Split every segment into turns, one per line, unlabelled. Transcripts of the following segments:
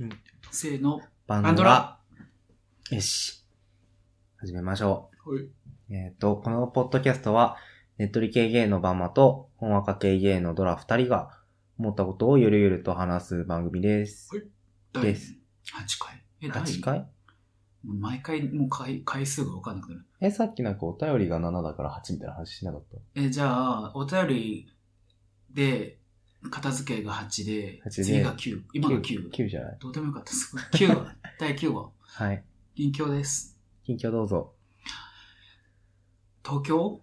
うん
せーの。
バン
バンド
ド
ラ
ラ。よし。始めましょう。えっ、と、このポッドキャストは、ネットリ系ゲイのバンマと、本若系ゲイのドラ二人が、思ったことをゆるゆると話す番組です。
第
です
8回。え、第
8回
もう毎回もう回回数が分かんなくなる。
え、さっきなんかお便りが7だから8みたいな話しなかっ
え、じゃあ、お便りで、片付けが8で、
8で
次が9。
た
今が9。
?9 じゃない
どうでもよかった。すごい。9話。第9話。
はい。
近況です。
近況どう ぞ。
東京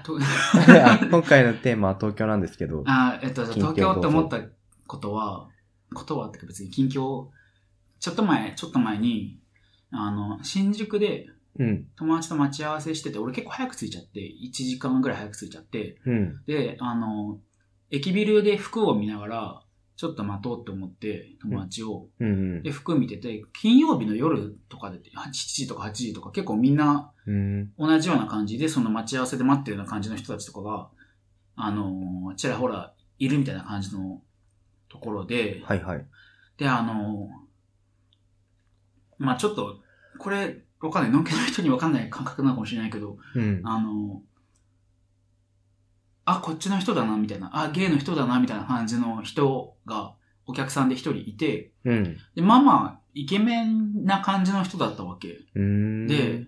と
あ今回のテーマは東京なんですけど、
あ、えっと、じゃあ
近況
東
どう
京って
ぞ
思ったことは、ことはってか別に近況、ちょっと前、ちょっと前に、あの、新宿で
うん、
友達と待ち合わせしてて、俺結構早く着いちゃって、1時間ぐらい早く着いちゃって、
うん、
で、あの、駅ビルで服を見ながら、ちょっと待とうって思って、友達を。
うん、うん
で、服見てて、金曜日の夜とかで、7時とか8時とか、結構みんな
うん、
同じような感じで、その待ち合わせで待ってるような感じの人たちとかが、あのーちらほらいるみたいな感じのところで、
はいはい。
で、あのーまあちょっと、これ、わかんない、のんけの人にわかんない感覚なのかもしれないけど、
うん、
あのーあ、こっちの人だな、みたいな、あ、ゲイの人だな、みたいな感じの人が、お客さんで一人いて、
うん、
で、まあまあ、イケメンな感じの人だったわけ。
うん。
で、、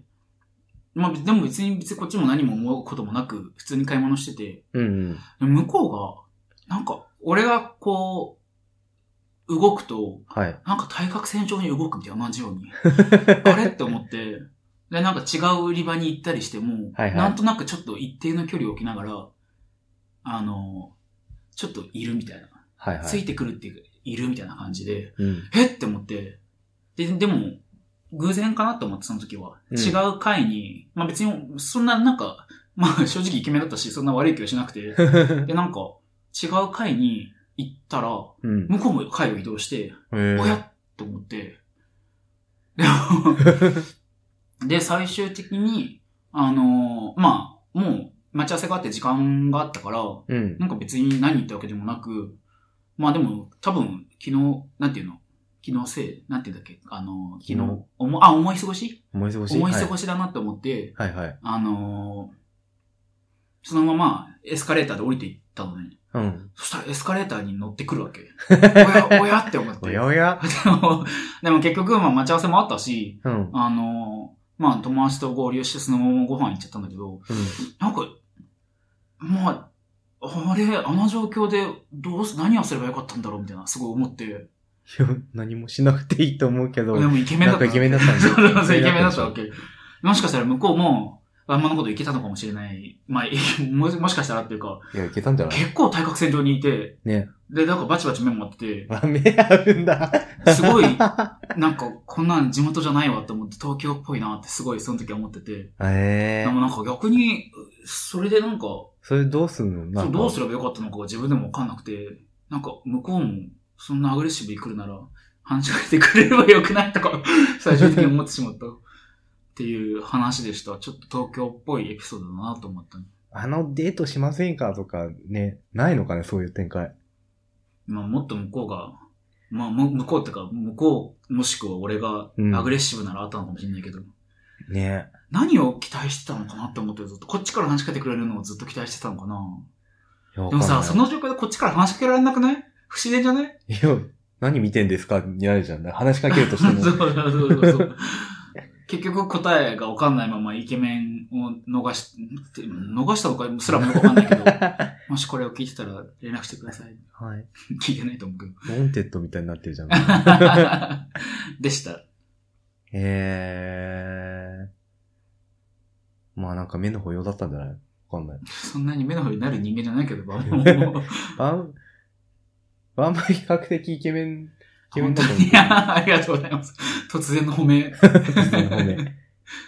まあ、でも別に、別にこっちも何も思うこともなく、普通に買い物してて、
うん、うん、
でも向こうが、なんか、俺がこう、動くと、
はい。
なんか対角線上に動くみたいな、同じよ うに。あれって思って、で、なんか違う売り場に行ったりしても、
はいはい
なんとなくちょっと一定の距離を置きながら、あの、ちょっといるみたいな。
はいは
つ
い。
いてくるっていうか、いるみたいな感じで、
うん、
えって思って。で、でも、偶然かなと思って、その時は。
うん
違う回に、まあ別に、そんな、なんか、まあ正 直イケメンだったし、そんな悪い気はしなくて。で、なんか、違う回に行ったら、
うん。
向こうも回を移動して、
え
おや
ー
っと思って。で、 で最終的に、あのーまあ、もう、待ち合わせがあって時間があったから、
うん。
なんか別に何言ったわけでもなく、まあでも多分昨日、なんていうの気のせい、なんていうんだっけあの、
昨日
おもあ、思い過ごし
思い過ごし
思い過ごしだなって思って、
はいはいはい。
あのーそのままエスカレーターで降りていったのね。
うん。
そしたらエスカレーターに乗ってくるわけ。お や、おやって思って。
おやおや
でも、でも結局、まあ待ち合わせもあったし、
うん。うん。
あのーまあ友達と合流してそのままご飯行っちゃったんだけど、なんか、まあ、あれ、あの状況で、どうす、何をすればよかったんだろうみたいな、すごい思って。で
いや何もしなくていいと思うけど。
もイケメン
な
だっ
ん
た。
かイケメンだったん
そうそう
だ
そうイケメンだったわけ。もしかしたら向こうも、あんまのこといけたのかもしれない。まあ、い もしもしかしたらっていうか、
いや、いけたんじゃない
結構対角線上にいて、
ね。
で、なんかバチバチメモって
あ、 目合うんだ。
て、すごい、なんか、こんなん地元じゃないわって思って、東京っぽいなってすごいその時は思ってて。
ええ
でもなんか逆に、それでなんか、
それどうすんのなん
そう
か
どうすればよかったのかが自分でもわかんなくて、なんか向こうもそんなアグレッシブに来るなら話しかけてくれればよくないとか、最終的に思ってしまったっていう話でした。ちょっと東京っぽいエピソードだなと思った。
あのデートしませんかとかね、ないのかね、そういう展開。
まあもっと向こうが、まあも向こうってか、向こうもしくは俺が
うん
アグレッシブならあったのかもしれないけど、
ね
何を期待してたのかなって思ってずっと、こっちから話しかけてくれるのをずっと期待してたのかな。
で
でもさ、そ、の状況でこっちから話しかけられなくない不自然じゃない
いや、何見てんですかになるじゃん。話しかけるとして
そう そ
も。
うそうそう。結局答えがわかんないままイケメンを逃し、逃したのかすらもよくわかんない けど、もしこれを聞いてたら連絡してください。
はい。
聞いてないと思うけど。
モンテッドみたいになってるじゃん。
でした。
ええまあなんか目の保養だったんじゃないわかんない。
そんなに目の方になる人間じゃないけど、もう
バン、バンバ比較的イケメン、イケメン
本当
だと
に
思
ありがとうございます。突然の褒め。
う。 褒め、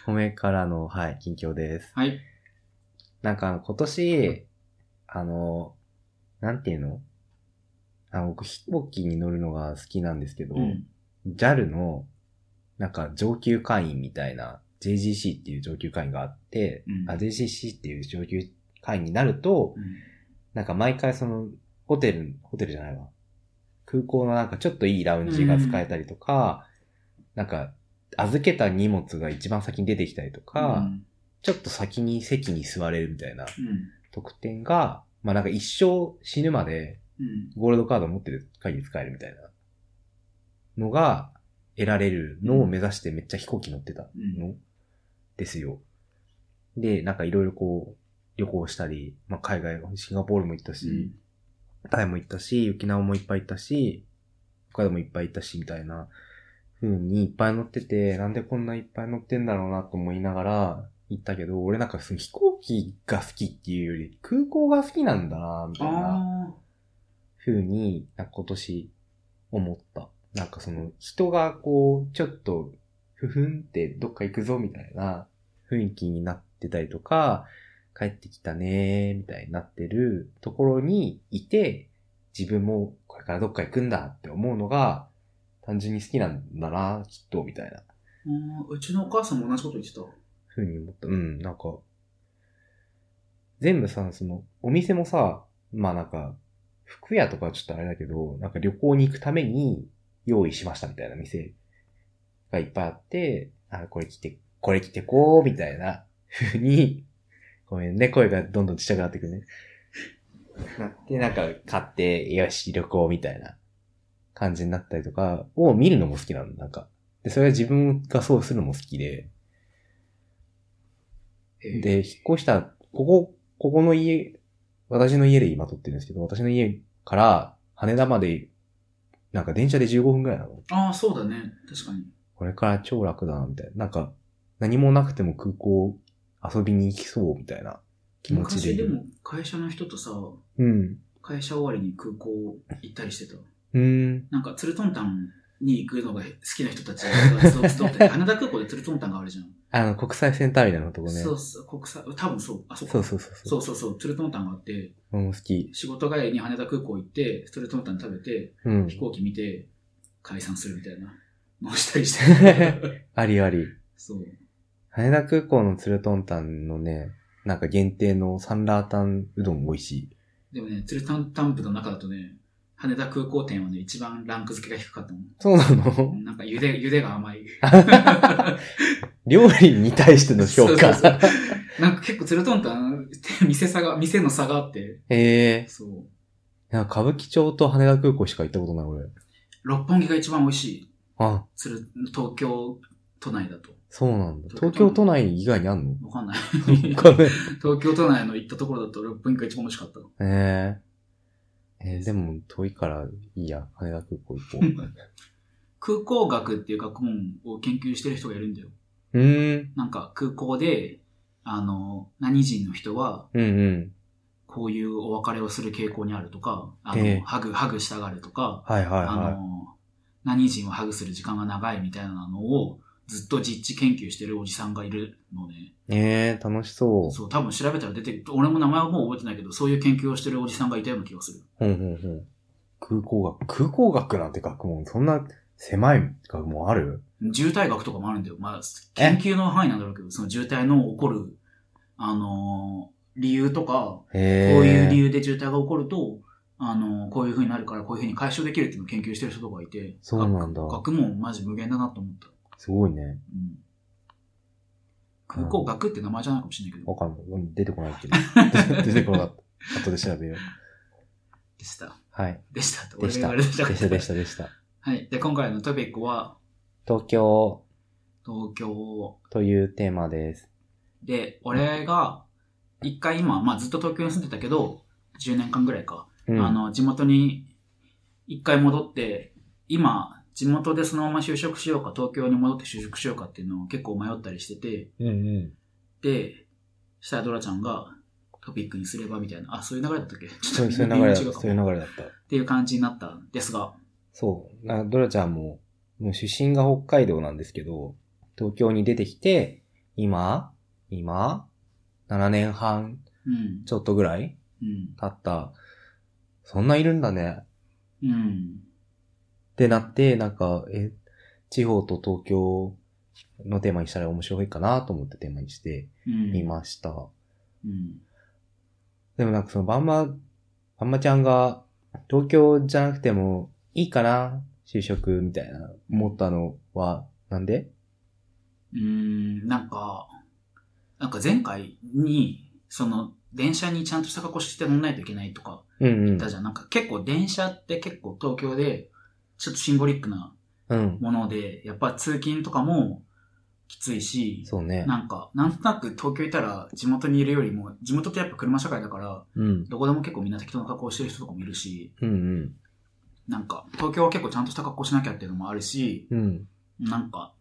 褒めからの、はい、近況です。
はい。
なんかあの、今年、あの、なんていうのあの、僕、飛行機に乗るのが好きなんですけど、
うん。
JAL の、なんか上級会員みたいな、JGC っていう上級会員があって、
うん
あ JGC っていう上級会員になると、
うん
なんか毎回その、ホテル、ホテルじゃないわ。空港のなんかちょっといいラウンジが使えたりとか、なんか預けた荷物が一番先に出てきたりとか、
うん
ちょっと先に席に座れるみたいな
うん。
特典が、まあなんか一生死ぬまで
うん。
ゴールドカード持ってる限り使えるみたいなのが得られるのを目指してめっちゃ飛行機乗ってたのですよ。で、なんかいろいろこう旅行したり、まあ海外、シンガポールも行ったし、タイも行ったし、沖縄もいっぱい行ったし、北海道もいっぱい行ったし、みたいな風にいっぱい乗ってて、なんでこんないっぱい乗ってんだろうなと思いながら行ったけど、俺なんかその飛行機が好きっていうより空港が好きなんだな、みたいな
あ
風になんか今年思った。なんかその人がこう、ちょっと、ふふんってどっか行くぞみたいな雰囲気になってたりとか、帰ってきたねーみたいになってるところにいて、自分もこれからどっか行くんだって思うのが、単純に好きなんだな、きっと、みたいな
ーあー。うちのお母さんも同じこと言ってた。
ふうに思った。うん、なんか、全部さ、その、お店もさ、まあなんか、服屋とかはちょっとあれだけど、なんか旅行に行くために用意しましたみたいな店がいっぱいあって、あ、これ着て、これ着てこう、みたいなふうに、ごめんね、声がどんどんちっちゃくなってくるね。なって、なんか買って、よし、旅行みたいな感じになったりとか、を見るのも好きなの、なんか。で、それは自分がそうするのも好きで、
へー
で、引っ越した、ここ、ここの家、私の家で今撮ってるんですけど、私の家から羽田まで、なんか電車で15分ぐらいなの。
ああ、そうだね。確かに。
これから超楽だな、みたいな。なんか、何もなくても空港遊びに行きそう、みたいな気持ちで
昔
い
で
る。
も会社の人とさ、
うん。
会社終わりに空港行ったりしてた。
うーん。
なんか、ツルトンタンに行くのが好きな人た ちが集集って、羽田空港でツルトンタンがあるじゃん。
あの、国際線ターミナルのとこね。
そうそう、国際、多分そう、あ、そう
そ
か
う。そうそうそ。
そううそうそう、ツルトンタンがあって、
俺も好き。
仕事帰りに羽田空港行って、ツルトンタン食べて、
うん
飛。行機見て、解散するみたいなのをした りして。
ありあり。
そう。
羽田空港のツルトンタンのね、なんか限定のサンラータンうどん美味しい。
でもね、ツルトンタン部の中だとね、羽田空港店はね、一番ランク付けが低かったも
そうなの
ん。なんか、茹で、茹でが甘い。
料理に対しての 評
そうそう
価。
そうなんか結構ツルトンタンって店差が、店の差があって、
ええ
そう。
なんか歌舞伎町と羽田空港しか行ったことない俺。
六本木が一番美味しい。
あ、
つる東京都内だと。
そうなんだ。東京都内以外にあんの
わ かんない。
ごめん
東京都内の行ったところだと六本木が一番美味しかった。
えええーでも遠いからいいや。羽田空港行こ
空港学っていう学問を研究してる人がいるんだよ。
う。うーん。
なんか空港で、あの、何人の人は、
うんうん。
こういうお別れをする傾向にあるとか、あの、
ええ
ハグ、ハグしたがるとか、
はいはい
あ
は
の、何人をハグする時間が長いみたいなのを、ずっと実地研究してるおじさんがいるのね。
い。ええ楽しそう。
そう、多分調べたら出てくる。俺も名前はもう覚えてないけど、そういう研究をしてるおじさんがいたような気がする。
ほんほんほん。空港学、空港学なんて学問、そんな狭い学問ある
渋滞学とかもあるんだよ。まあ、
え
研究の範囲なんだろうけど、その渋滞の起こる、あのー理由とか、こう
ええ
いう理
由。
由で渋滞が起こると、あのーこういう風になるから、こういう風に解消できるっていうのを研究してる人とかいて、
そうなんだ
学学問マジ無限だなと思った。
すごいね。
うん。空港学って名前じゃないかもしれないけど、
わかんない。うん出てこないけど。 出てこなかった。後で調べよう。
でした。
はい。
でしたって
で
俺
し
が
た。
言わ
で
れちゃった
した、でした、でした。
はい。で、今回のトピックは、
東京
東京
というテーマです。
で、俺が、一回今、まあずっと東京に住んでたけど、10年間ぐらいか。
うん。
あの、地元に一回戻って、今、地元でそのまま就職しようか、東京に戻って就職しようかっていうのを結構迷ったりしてて、
うんうん。
で、したらドラちゃんがトピックにすればみたいな、あ、そういう流れだったっけち
そ
ょっ
う
と
そういう流れだっ
微
た。
妙に
そうい
違うか
う流
も
れだった。
っていう感じになったんですが、
そう。なドラちゃんも、もう出身が北海道なんですけど、東京に出てきて、今、今、7年半
うん、
ちょっとぐらい
うん、
経った。そんないるんだね。
うん、
ってなって、なんか、え、地方と東京のテーマにしたら面白いかなと思ってテーマにして
うん。
みました。
うん、
でもなんかそのバンマ、バンマちゃんが東京じゃなくてもいいかな就職みたいな、思ったのは、なんで
うーん、なんか、なんか前回に、その、電車にちゃんとした格好して乗んないといけないとか
うんう
言
ん
った。じゃん。なんか結構電車って結構東京で、ちょっとシンボリックな
うん。
もので、やっぱ通勤とかもきついし、
そうね。
なんか、なんとなく東京いたら地元にいるよりも、地元ってやっぱ車社会だから、
うん。
どこでも結構みんな適当な格好してる人とかもいるし、
うんうん。
なんか、東京は結構ちゃんとした格好しなきゃっていうのもあるし、
うん。
なんか、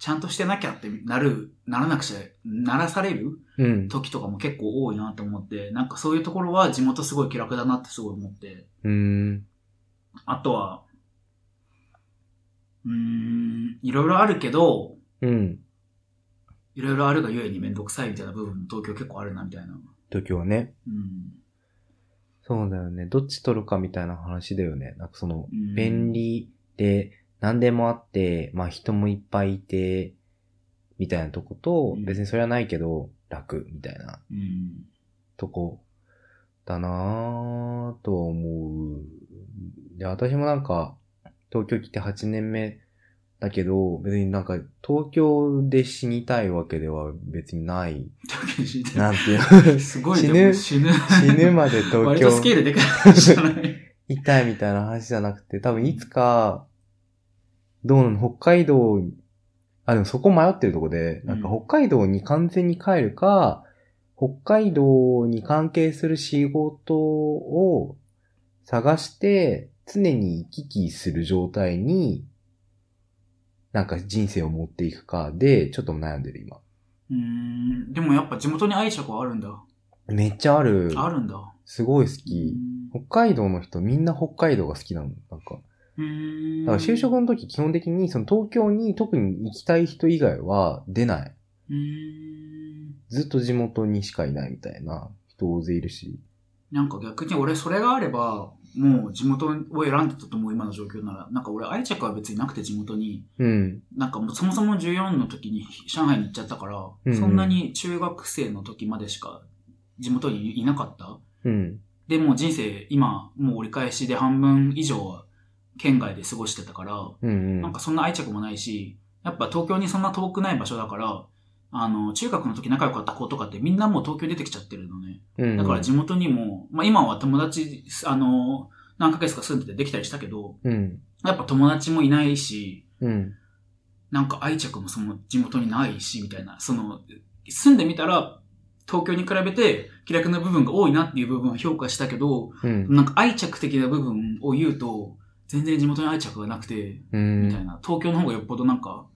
ちゃんとしてなきゃってなる、ならなくちゃ、ならされる
うん。
時とかも結構多いなと思って、なんかそういうところは地元すごい気楽だなってすごい思って、
うん。
あとは、うーん、いろいろあるけど、
うん。
いろいろあるがゆえにめんどくさいみたいな部分も東京結構あるなみたいな。
度胸はね。
うん。
そうだよね。どっち取るかみたいな話だよね。なんかその、
うん
便利で、何でもあって、まあ人もいっぱいいて、みたいなとこと
う、ん
別にそれはないけど、楽、みたいな
うん。
とこ、だなぁとは思う。で、私もなんか、東京来て8年目だけど、別になんか、東京で死にたいわけでは別にない。
東京に死んで
なんて いう。
すごい
死ぬ
でも死ぬ。
死ぬまで東
割とスケー
京
ルでかい話じゃない。
いたいみたいな話じゃなくて、多分いつか、どうなの北海道、あ、でもそこ迷ってるとこで、なんか
うん
北海道に完全に帰るか、北海道に関係する仕事を探して、常に行き来する状態に、なんか人生を持っていくかで、ちょっと悩んでる今。
うーん。でもやっぱ地元に愛着はあるんだ。
めっちゃある。
あるんだ。
すごい好
う
き。北海道の人みんな北海道が好きなの。なんか。
ーん。
だから就職の時基本的にその東京に特に行きたい人以外は出ない。
うーん。
ずっと地元にしかいないみたいな人大勢いるし。
なんか逆に俺それがあれば、もう地元を選んでたと思う今の状況なら、なんか俺愛着は別になくて地元に、
うん。
なんかもうそもそも14の時に 上海に行っちゃったから、
うん
そんなに中学生の時までしか地元にいなかった。
うん。
で、もう人生今、もう折り返しで半分以上は県外で過ごしてたから、
うんう
なん
ん
か。そんな愛着もないし、やっぱ東京にそんな遠くない場所だから、あの、中学の時仲良かった子とかってみんなもう東京に出てきちゃってるのね。
うん
だから地元にも、まあ今は友達、あの、何ヶ月か住んでてできたりしたけど、
うん。
やっぱ友達もいないし、
うん。
なんか愛着もその地元にないし、みたいな。その、住んでみたら、東京に比べて気楽な部分が多いなっていう部分は評価したけど、
うん。
なんか愛着的な部分を言うと、全然地元に愛着がなくて、
うん。
みたいな。東京の方がよっぽどなんか、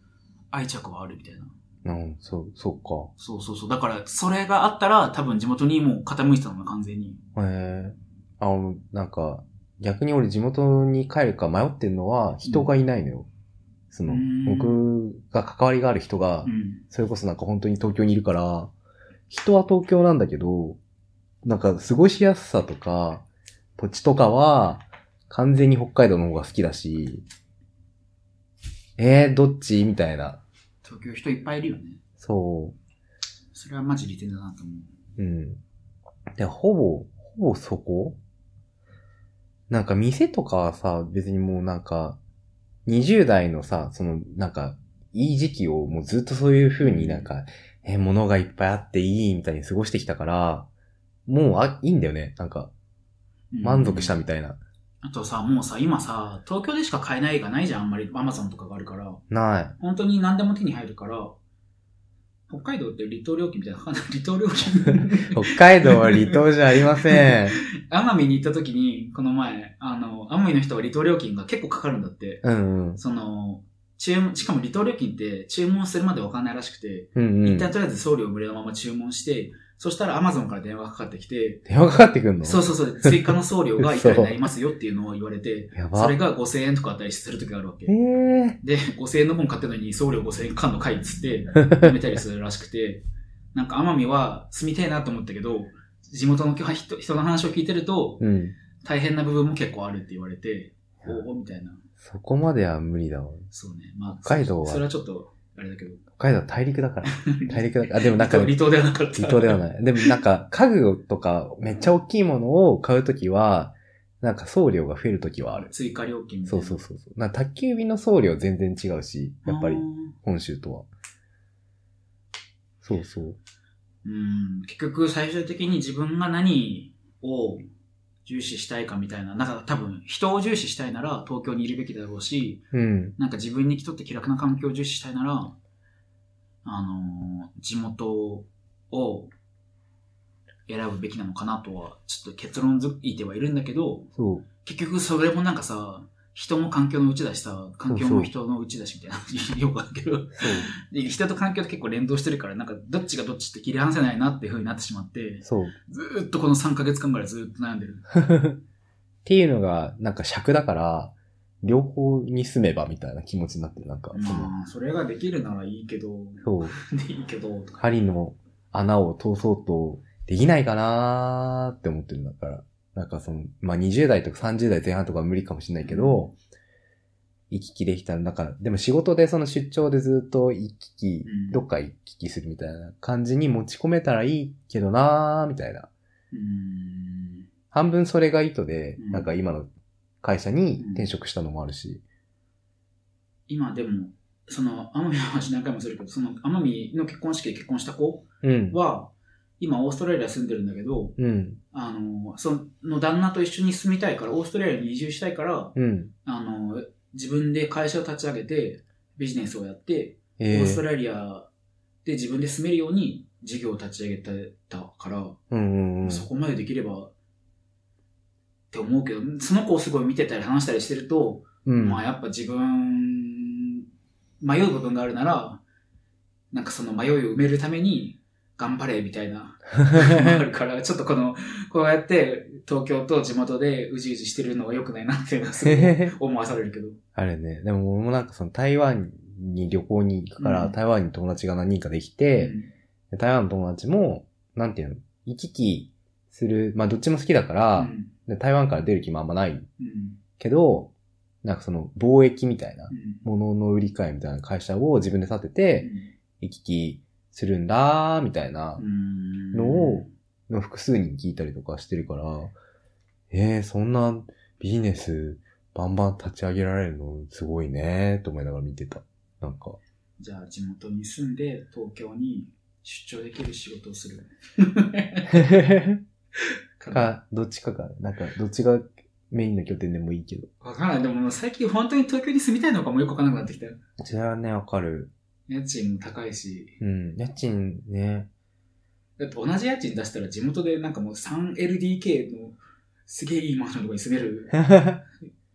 愛着はあるみたいな。
うん。そう、そ
そうそうそう。だから、それがあったら、多分地元にもう傾いてたのね、完全に。
うか。へえ。あの、なんか、逆に俺地元に帰るか迷ってんのは人がいないのよ。その
うん、
僕が関わりがある人が
う、ん。
それこそなんか本当に東京にいるから、人は東京なんだけど、なんか過ごしやすさとか、土地とかは、完全に北海道の方が好きだし、えー、どっちみたいな。
東京人いっぱいいるよね。
そ
それはマジ利点だなと思う。
う。うん。で、ほぼ、ほぼそこなんか店とかはさ、別にもうなんか、20代のさ、その、なんか、いい時期をもうずっとそういう風になんか、え、物がいっぱいあっていいみたいに過ごしてきたから、もう、あ、いいんだよね。なんか、
うん
満足したみたいな。
あとさ、もうさ、今さ、東京でしか買えないがないじゃん、あんまり。アマゾンとかがあるから。
ない。
本当に何でも手に入るから、北海道って離島料金みたいな、 離島料 金
北海道は離島じゃありませ ん。
奄美に行った時に、この前、あの、奄美の人は離島料金が結構かかるんだって。
うんうん。
その、注文、しかも離島料金って注文するまでわかんないらしくて、
うんうん。
一旦
電
とりあえず送料無料のまま注文して、そしたら Amazon から電話かかってきて、
話かかってくんの
そうそうそう、追加の送料がいくら
嘘
になりますよっていうのを言われ て、
やば。
それが5000円とかあったりする時があるわけ
え。ー。
で、5000円の本買ってるのに送料5000円かんのかいっつ って、やめたりするらしくて、なんか奄美は住みたいなと思ったけど、地元の人人の話を聞いてると、
うん。
大変な部分も結構あるって言われて、おおみたいな。
そこまでは無理だわ。
そうね。まあ、
北海道は
それはちょっと、あれだけど。
北海道は大陸だ から。大陸だから。あ、でもなんか、
離島ではなかった。
離島ではない。でもなんか、家具とか、めっちゃ大きいものを買うときは、なんか送料が増えるときはある。
追加料金みたい
そう
な。
そうそうそう。な宅急便の送料全然違うし、やっぱり
あー
本州とは。そうそう。
うん、結局最終的に自分が何を重視したいかみたいな、なんか多分人を重視したいなら東京にいるべきだろうし、
うん。
なんか自分にきとって気楽な環境を重視したいなら、あのー地元を選ぶべきなのかなとは、ちょっと結論づいてはいるんだけど、
そう。
結局それもなんかさ、人も環境のうちだしさ、環境も人のうちだしみたいな、 よくあるけど、
そ
で人と環境と結構連動してるから、なんかどっちがどっちって切り離せないなっていう風になってしまって
う。、そう。
ずーっとこの3ヶ月間ぐらいずーっと悩んで
っ
る。
ていうのが、なんか尺だから、両方に住めばみたいな気持ちになってる。なんか、その、
まあ、それができるならいいけど、
そう、
でいいけど、とか。
針の穴を通そうとできないかなーって思ってるんだから。なんかその、まあ、20代とか30代前半とかは無理かもしれないけど、行き来できたら、なんか、でも仕事でその出張でずっと行き来
うん、
どっか行き来するみたいな感じに持ち込めたらいいけどなーみたいな。
うーん。
半分それが意図で
う、ん
なんか今の会社に転職したのもあるし。
今でも、その、奄美の話何回もするけど、その奄美の結婚式で結婚した子
うん。
は、今オーストラリア住んでるんだけど、
うん。
あの、その旦那と一緒に住みたいから、オーストラリアに移住したいから、
うん。
あの、自分で会社を立ち上げて、ビジネスをやって、
え
オースト
ー、
ラリアで自分で住めるように事業を立ち上げてたから、
うんうんうん。
そこまでできればって思うけど、その子をすごい見てたり話したりしてると、
うん。
まあやっぱ自分、迷う部分があるなら、なんかその迷いを埋めるために頑張れみた いな、あるから、ちょっとこの、こうやって東京と地元でうじうじしてるのは良くないなっていうのはすごい思わされるけど。
あれね。でも俺もなんかその台湾に旅行に行くから、
うん
台湾に友達が何人かできて、で台湾の友達も、なんていうの、行き来する、まあどっちも好きだか
うん
ら、
うん
で台湾から出る気もあんまない
うん
けど、なんかその貿易みたいな
う、ん
ものの売り買いみたいな会社を自分で立てて、行き来するんだー、みたいな
うん
のを、の複数人聞いたりとかしてるから、えー、そんなビジネスバンバン立ち上げられるのすごいねーと思いながら見てた。なんか、
じゃあ地元に住んで東京に出張できる仕事 をする。か
か、どっちかか、なんか、どっちがメインの拠点でもいいけど。
わからない。でももう最近本当に東京に住みたいのかもよくわからなくなってきたよ。
それはね、わかる。
家賃も高いし。
うん。家賃 ね。
だって同じ家賃出したら地元でなんかもう 3LDK のすげえいいマンションとかに住める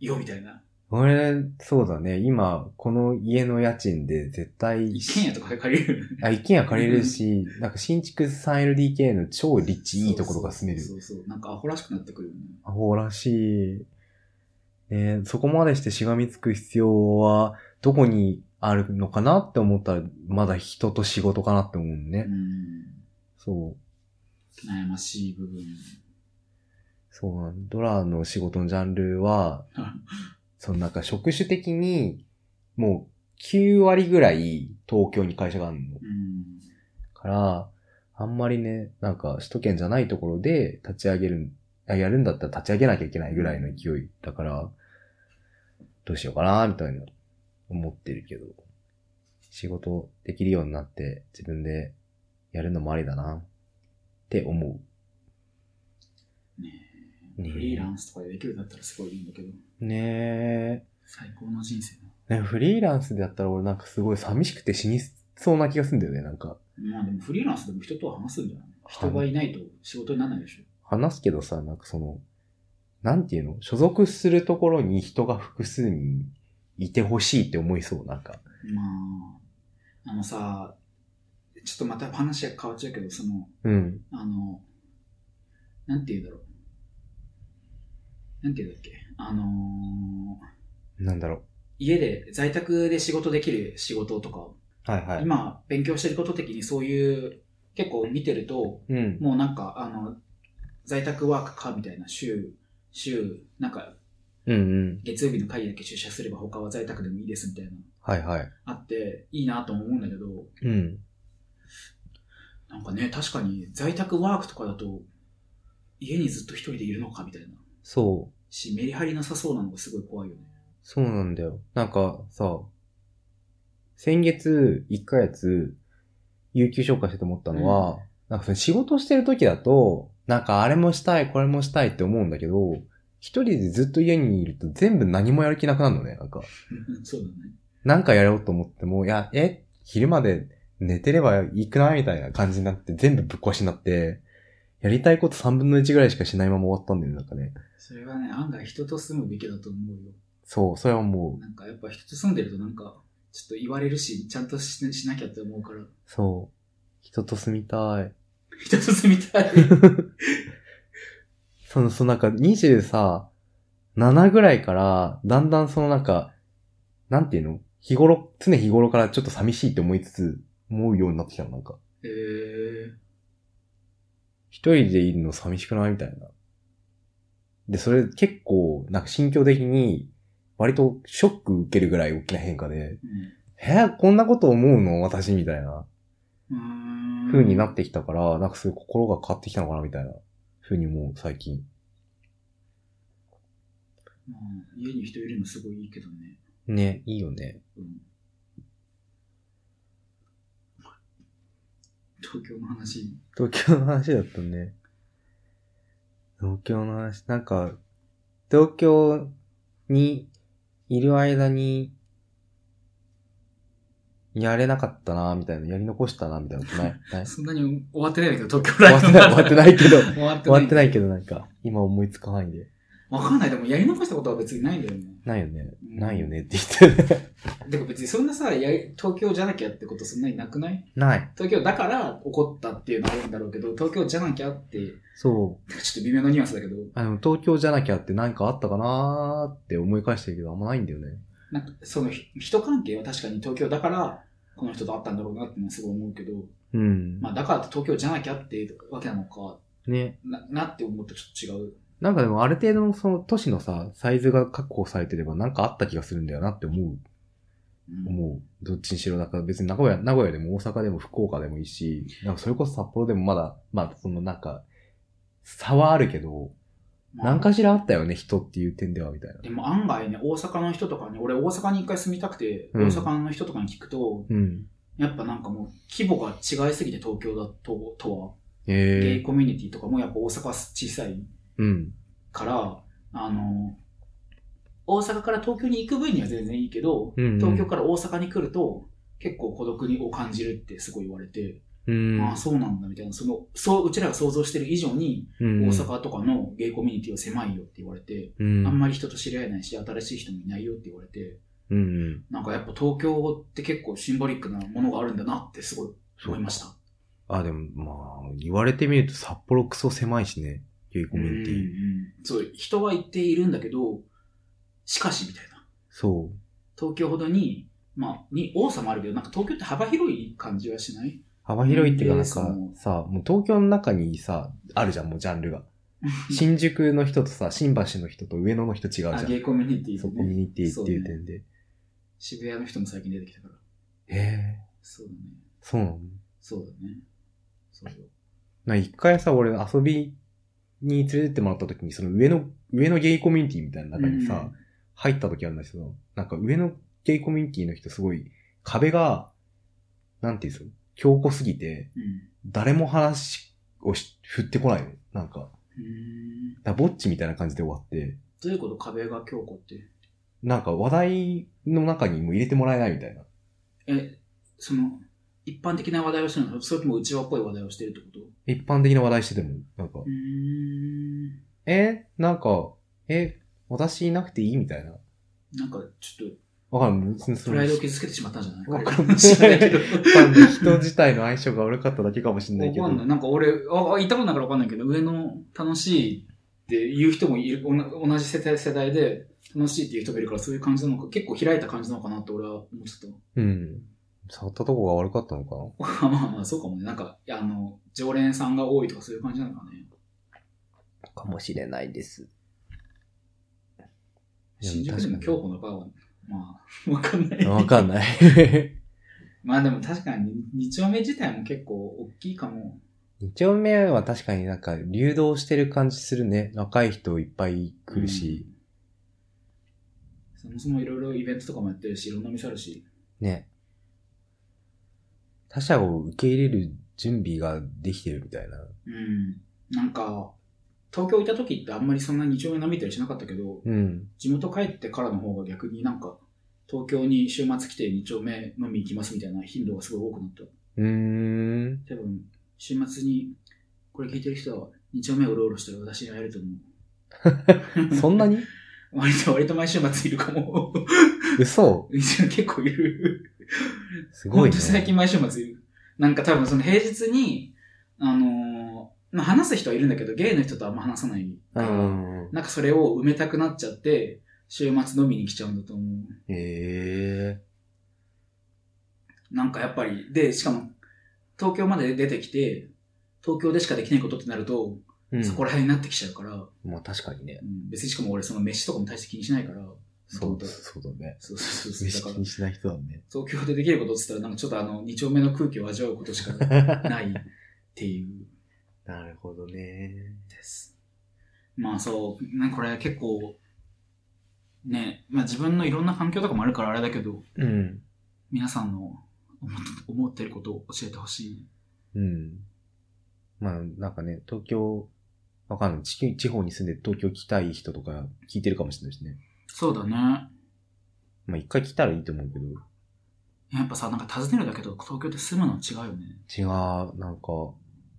よみたいな。
俺、そうだね。今、この家の家賃で絶対、
一軒家とか借りれる。
あ、一軒家借りれるし、なんか新築 3LDK の超立地いいところが住める。
そうそうそう。なんかアホらしくなってくるよね。
アホらしい。ねそこまでしてしがみつく必要は、どこにあるのかなって思ったら、まだ人と仕事かなって思うね。
うん。
そう。
悩ましい部分。
そうなのドラの仕事のジャンルは、そのなんか職種的に、もう9割ぐらい東京に会社があるの。
うん。
から、あんまりね、なんか首都圏じゃないところで立ち上げる、あやるんだったら立ち上げなきゃいけないぐらいの勢いだから、どうしようかな、みたいな思ってるけど、仕事できるようになって自分でやるのもありだな、って思
ね
う。
フリーラ
ね
ンスとかでできるんだったらすごいいいんだけど、
え。ねえ。
最高の人生だ。
ね、フリーランスでやったら俺なんかすごい寂しくて死にそうな気がするんだよね、なんか。
まあでもフリーランスでも人とは話すんじゃない
はい
人がいないと仕事にならないでしょ。
話すけどさ、なんかその、なんていうの所属するところに人が複数人いてほしいって思いそう、なんか。
まあ、あのさ、ちょっとまた話が変わっちゃうけど、その、
うん。
あの、なんて言うんだろう。なんて言うんだっけ。あのー
なんだろ
家で、在宅で仕事できる仕事とか、
う。はいはい。
今勉強してること的にそういう、結構見てると、
うん。
もうなんか、あの、在宅ワークかみたいな、週、週、なんか、
うんうん。
月曜日の会議だけ出社すれば他は在宅でもいいですみたいな、
はいはい。
あって、いいなとも思うんだけど、
うん。
なんかね、確かに在宅ワークとかだと、家にずっと一人でいるのかみたいな。
そう。
し、メリハリなさそうなのがすごい怖いよね。
そうなんだよ。なんかさ、先月1ヶ月、有給消化してて思ったのは、なんかその仕事してる時だと、なんかあれもしたい、これもしたいって思うんだけど、一人でずっと家にいると全部何もやる気なくなるのね、なんか。
そうだね。
なんかやろうと思っても、いや、え、昼まで寝てればいいくないみたいな感じになって、全部ぶっ壊しになって、やりたいこと3分の1ぐらいしかしないまま終わったんだよね、なんかね。
それはね、案外人と住むべきだと思うよ。
そう、それはもう、
なんかやっぱ人と住んでるとなんか、ちょっと言われるし、ちゃんとししなきゃって思うから、
そう。人と住みたい。
人と住みたい。
その、そのなんか20さ、7ぐらいから、だんだんそのなんか、なんていうの日頃、常日頃からちょっと寂しいって思いつつ、思うようになってきたの、なんか。
えー、
一人でいるの寂しくないみたいな。で、それ結構、なんか心境的に、割とショック受けるぐらい大きな変化で、えーこんなこと思うの私みたいな、
うん。うーん。
風になってきたから、なんかすごい心が変わってきたのかなみたいな、風にもう最近。
うん家に人いるのすごいいいけどね。
ね、いいよね。
うん。東京の話。
東京の話だったね。東京の話、なんか、東京にいる間に、やれなかったな、みたいな、やり残したな、みたいなことない。ない
そんなに終わってないんだけど、東京
終
ライ
わってない、終わ
ブ
ってないけど、
終わっ て
終わって
ない。
ないけど、なんか、今思いつかないんで。
わかんない。でもやり残したことは別にないんだよね。
ないよね。
うん
ないよねって言ってる。
でも別にそんなさ、やり東京じゃなきゃってことそんなになくない
ない。
東京だから怒ったっていうのはあるんだろうけど、東京じゃなきゃって、ちょ
そう。
っと微妙なニュアンスだけど、
あの、東京じゃなきゃって何かあったかなーって思い返してるけど、あんまないんだよね。
なんかそのひ人関係は確かに東京だから、この人と会ったんだろうなってのはすごい思うけど、
うん。
まあだからって東京じゃなきゃっていうわけなのか、
ね。
ななって思ったらちょっと違う。
なんかでもある程度のその都市のさ、サイズが確保されてればなんかあった気がするんだよなって思う。
うん、
思う。どっちにしろだから別に名古屋、名古屋でも大阪でも福岡でもいいし、なんかそれこそ札幌でもまだ、まあそのなんか、差はあるけど、
まあ
何かしらあったよね、人っていう点ではみたいな。
でも案外ね、大阪の人とかね、俺大阪に一回住みたくて、
うん
大阪の人とかに聞くと、
うん。
やっぱなんかもう規模が違いすぎて東京だととは、ゲイ
ええ
コミュニティとかもやっぱ大阪は小さい
うん。
から、あの、大阪から東京に行く分には全然いいけど、
うんうん
東京から大阪に来ると結構孤独を感じるってすごい言われて、
うん。
ああそうなんだみたいな、その、そう、うちらが想像してる以上に
うん
大阪とかのゲイコミュニティは狭いよって言われて、
うん。
あんまり人と知り合えないし、新しい人もいないよって言われて、
うんうん。
なんかやっぱ東京って結構シンボリックなものがあるんだなってすごい思いました。
あ、でも、まあ、言われてみると札幌クソ狭いしね、ゲイコミュニティ。
うんそう、人は言っているんだけど、しかしみたいな。
そう。
東京ほどに、まあ、に多さもあるけど、なんか東京って幅広い感じはしない
幅広いっていうか、なん
うん
か、さ、もう東京の中にさ、あるじゃん、もうジャンルが。新宿の人とさ、新橋の人と上野の人違うじゃん。
あゲイコミュニティ
そ
と
う、コミュ
ね。
ニティっていう点で。
渋谷の人も最近出てきたから。
へえ、
そうだね。
そうなの
そうだね。そうよ。
なんか一回さ、俺遊びに連れてってもらった時に、その上の、上のゲイコミュニティみたいな中にさ、
うん
入った時あるんだけど、なんか上のゲイコミュニティの人すごい、壁が、なんていうんですか、強固すぎて、
うん。
誰も話をし振ってこないの。なんか、
うーん
だぼっちみたいな感じで終わって、
どういうこと壁が強固って。
なんか話題の中にも入れてもらえないみたいな。
え、その、一般的な話題をしてるのそれとも内輪っぽい話題をしてるってことう
一般的な話題してても、なんか
ー、ん。
えなんか、え私いなくていいみたいな。
なんか、ちょっと、
わかんない。別にそ
プ
れ
ライドを傷つけてしまったんじゃない
わ
わ
か
か
んない
ん知らないけど。
単に人自体の相性が悪かっただけかもしれないけど。
わかんない。なんか俺、ああ行ったことないからわかんないけど、上の楽しいって言う人もいる、おな同じ世代世代で楽しいっていう人がいるから、そういう感じなのか、結構開いた感じなのかなって俺は思 って
うん。触ったとこが悪かったのかな
た。まあまあ、そうかもね。なんか、いやあの、常連さんが多いとかそういう感じなのかね。
かもしれないです。いや
新宿でも
確
京子のバーは、まあ、わかんない。
わかんない。
まあでも確かに、二丁目自体も結構大きいかも。
二丁目は確かになんか流動してる感じするね。若い人いっぱい来るし。
そもそもいろいろイベントとかもやってるし、いろんな店あるし。
ね。他者を受け入れる準備ができてるみたいな。
うん。なんか、東京いた時ってあんまりそんな二丁目舐めたりしなかったけど、
うん。
地元帰ってからの方が逆になんか、東京に週末来て二丁目飲み行きますみたいな頻度がすごい多くなった。
うーん。
多分、週末にこれ聞いてる人は二丁目をうろうろしてる私に会えると思 う。
そんなに
割と、割と毎週末いるかも。
嘘
結構いる。
すごい
ほん
ね。
と最近毎週末いる。なんか多分その平日に、あのーまあ、話す人はいるんだけど、ゲイの人とはあんま話さない
う
から、
ん。
なんかそれを埋めたくなっちゃって、週末飲みに来ちゃうんだと思う。
へえ
なんかやっぱり、で、しかも、東京まで出てきて、東京でしかできないことってなると、
ー。うん。
そこら辺になってきちゃうから、う
まあ確かにね。
ん別にしかも俺その飯とかも大して気にしないから、
そう
元々
そうだね。
そうそうそう
飯
そ
気
う。だから
にしない人だね。
東京でできることって言ったら、なんかちょっとあの、二丁目の空気を味わうことしかないっていう
なるほどね。
です。まあそう、なんかこれ結構、ね、まあ自分のいろんな環境とかもあるからあれだけど、
うん。
皆さんの思って思ってることを教えてほしい。
うん。まあ、なんかね、東京、わかんない。地地方に住んで東京来たい人とか聞いてるかもしれないしね。
そうだね。
まあ一回来たらいいと思うけど、
やっぱさ、なんか訪ねるだけと東京で住むの違うよね。
違う、なんか、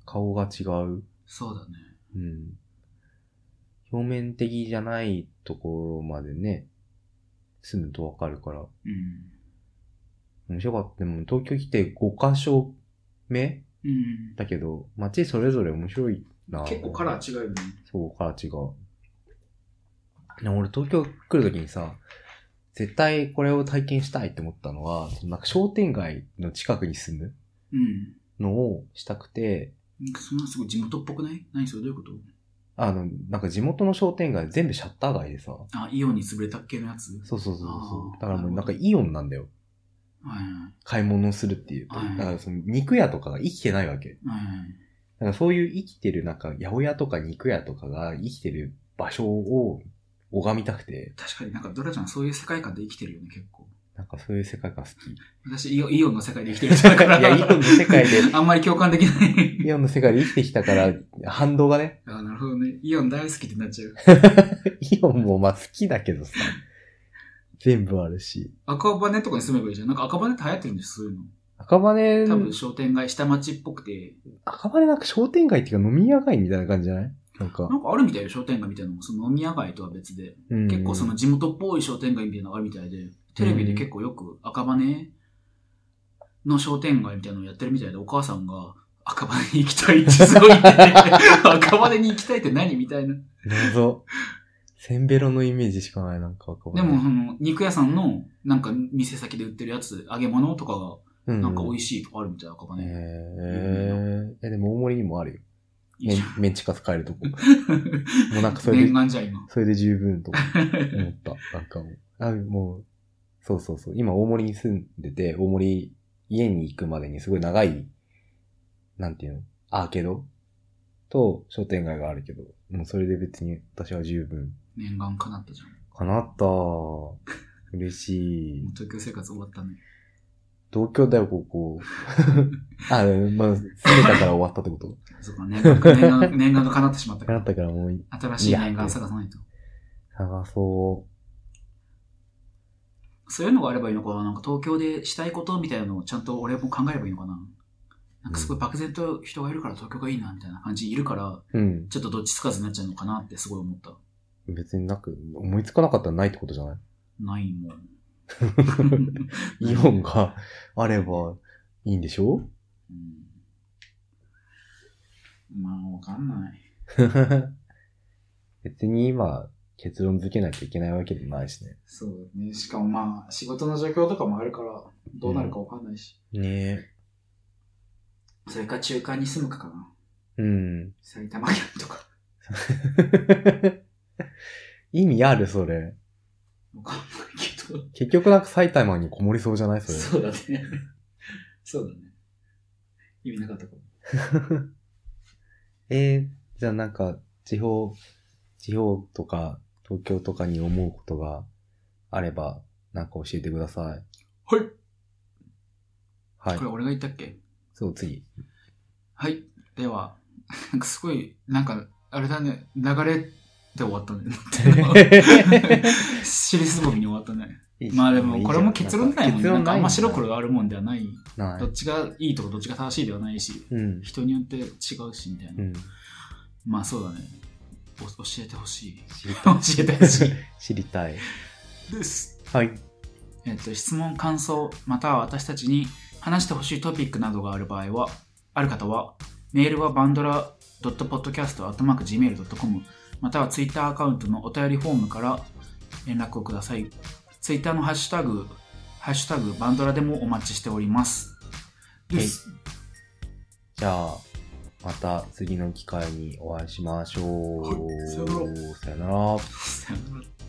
顔が違う。
そうだね。
うん。表面的じゃないところまでね、住むとわかるから。
う
面白かった。でも東京来て5箇所目
ん。うん。
だけど、街それぞれ面白いな。
結構カラー違うよね。
そう、カラー違う。でも俺東京来るときにさ、絶対これを体験したいって思ったのは、そのなんか商店街の近くに住む
うん。
のをしたくて、
なんかそんなすごい地元っぽくない何それどういうこと
あの、なんか地元の商店街全部シャッター街でさ、
あ、イオンに潰れたっけのやつ
そうそうそうそ
あー
う。だからもう
な
な
る
ん
ほど
かイオンなんだよ。
はいはい
買い物をするっていうと。
はい
だからその肉屋とかが生きてないわけ。
はいはい。
だからそういう生きてるなんか、八百屋とか肉屋とかが生きてる場所を拝みたくて、
確かになんかドラちゃんそういう世界観で生きてるよね、結構。
なんかそういう世界が好き。
私、イオンイオンの世界で生きてる人だから。
いや、イオンの世界で
あんまり共感できない。
イオンの世界で生きてきたから、反動がね、
あなるほどね。イオン大好きってなっちゃう。
イオンもまあ好きだけどさ、全部あるし。
赤羽とかに住めばいいじゃん。なんか赤羽って流行ってるんですよ、そういうの。
赤羽
多、分商店街、下町っぽくて。
赤羽なんか商店街っていうか飲み屋街みたいな感じじゃないなんか
な、んかあるみたいよ、商店街みたいなのも。その飲み屋街とは別で。
うん
結構その、地元っぽい商店街みたいなのがあるみたいで。テレビで結構よく赤羽の商店街みたいなのをやってるみたいで、お母さんが赤羽に行きたいってすごい言って て赤羽に行きたいって何みたいな。
謎。センベロのイメージしかない、なんか赤羽。
でも、その、肉屋さんの、なんか、店先で売ってるやつ、揚げ物とか
う
が、
ん、
なんか美味しいとかあるみたいな、赤羽。
え
ね、
ー、え、でも大盛りにもあるよ。メン メンチカツ買えるとこ。もうなんかそれで
念、願じゃん、今。
それで十分 とか思った。なんかもう。あ、もう、そうそうそう。今大森に住んでて、大森、家に行くまでにすごい長い、なんていうのアーケードと商店街があるけど、もうそれで別に私は十分。
念願叶ったじゃん。
叶った。嬉しい
もう。東京生活終わったね。
東京だよ、ここ。 あ、まあ、住んでたから終わったってこと
そうか、念願、念願 念願が叶ってしまった
叶
か ら
っ。たからもう
新しい念願探さないと。
探そう。
そういうのがあればいいのかななんか東京でしたいことみたいなのをちゃんと俺も考えればいいのかななんかすごい漠然と人がいるから東京がいいなみたいな感じいるから、
うん。
ちょっとどっちつかずになっちゃうのかなってすごい思った。
別になく、思いつかなかったらないってことじゃない
ないもん。
イオンがあればいいんでし ょ
うんまあ、わかんない。
別に今、結論付けなきゃいけないわけでもないしね。
そうだね。しかもまあ、仕事の状況とかもあるから、どうなるかわかんないし。
ね
それか中間に住むかかな。
え。 うん。
埼玉県とか。
意味あるそれ。
わかんないけど。
結局なんか埼玉にこもりそうじゃないそれ。
そうだね。そうだね。意味なかったかも。
えー、じゃあなんか、地方、地方とか、東京とかに思うことがあれば、なんか教えてください。
はい。
はい
こ。れ俺が言ったっけ
そう、次。
はい。では、なんかすごい、なんか、あれだね、流れで終 わったね。 シリーズボビに終わったね。まあでも、これも結論ないもんね。なんかあんま白黒
が。
があるもんではない。
な
どっ
い。
ちがいいとかどっちが正しいではないし、
うん。
人によって違うしみたいな。
うん。
まあそうだね。お教えてほしい。
知りた
教え てほし
い。知りたい。
い。です。
はい。
えっと、質問、感想、または私たちに話してほしいトピックなどがある場合は、ある方は、メールはバンドラ .podcast.gmail.com または Twitter アカウントのお便りフォームから連絡をください。Twitter のハッシュタグ、ハッシュタグバンドラでもお待ちしております。 です。
じゃあ、また次の機会にお会いしましょう。
はいさよな
さよなら。
さよなら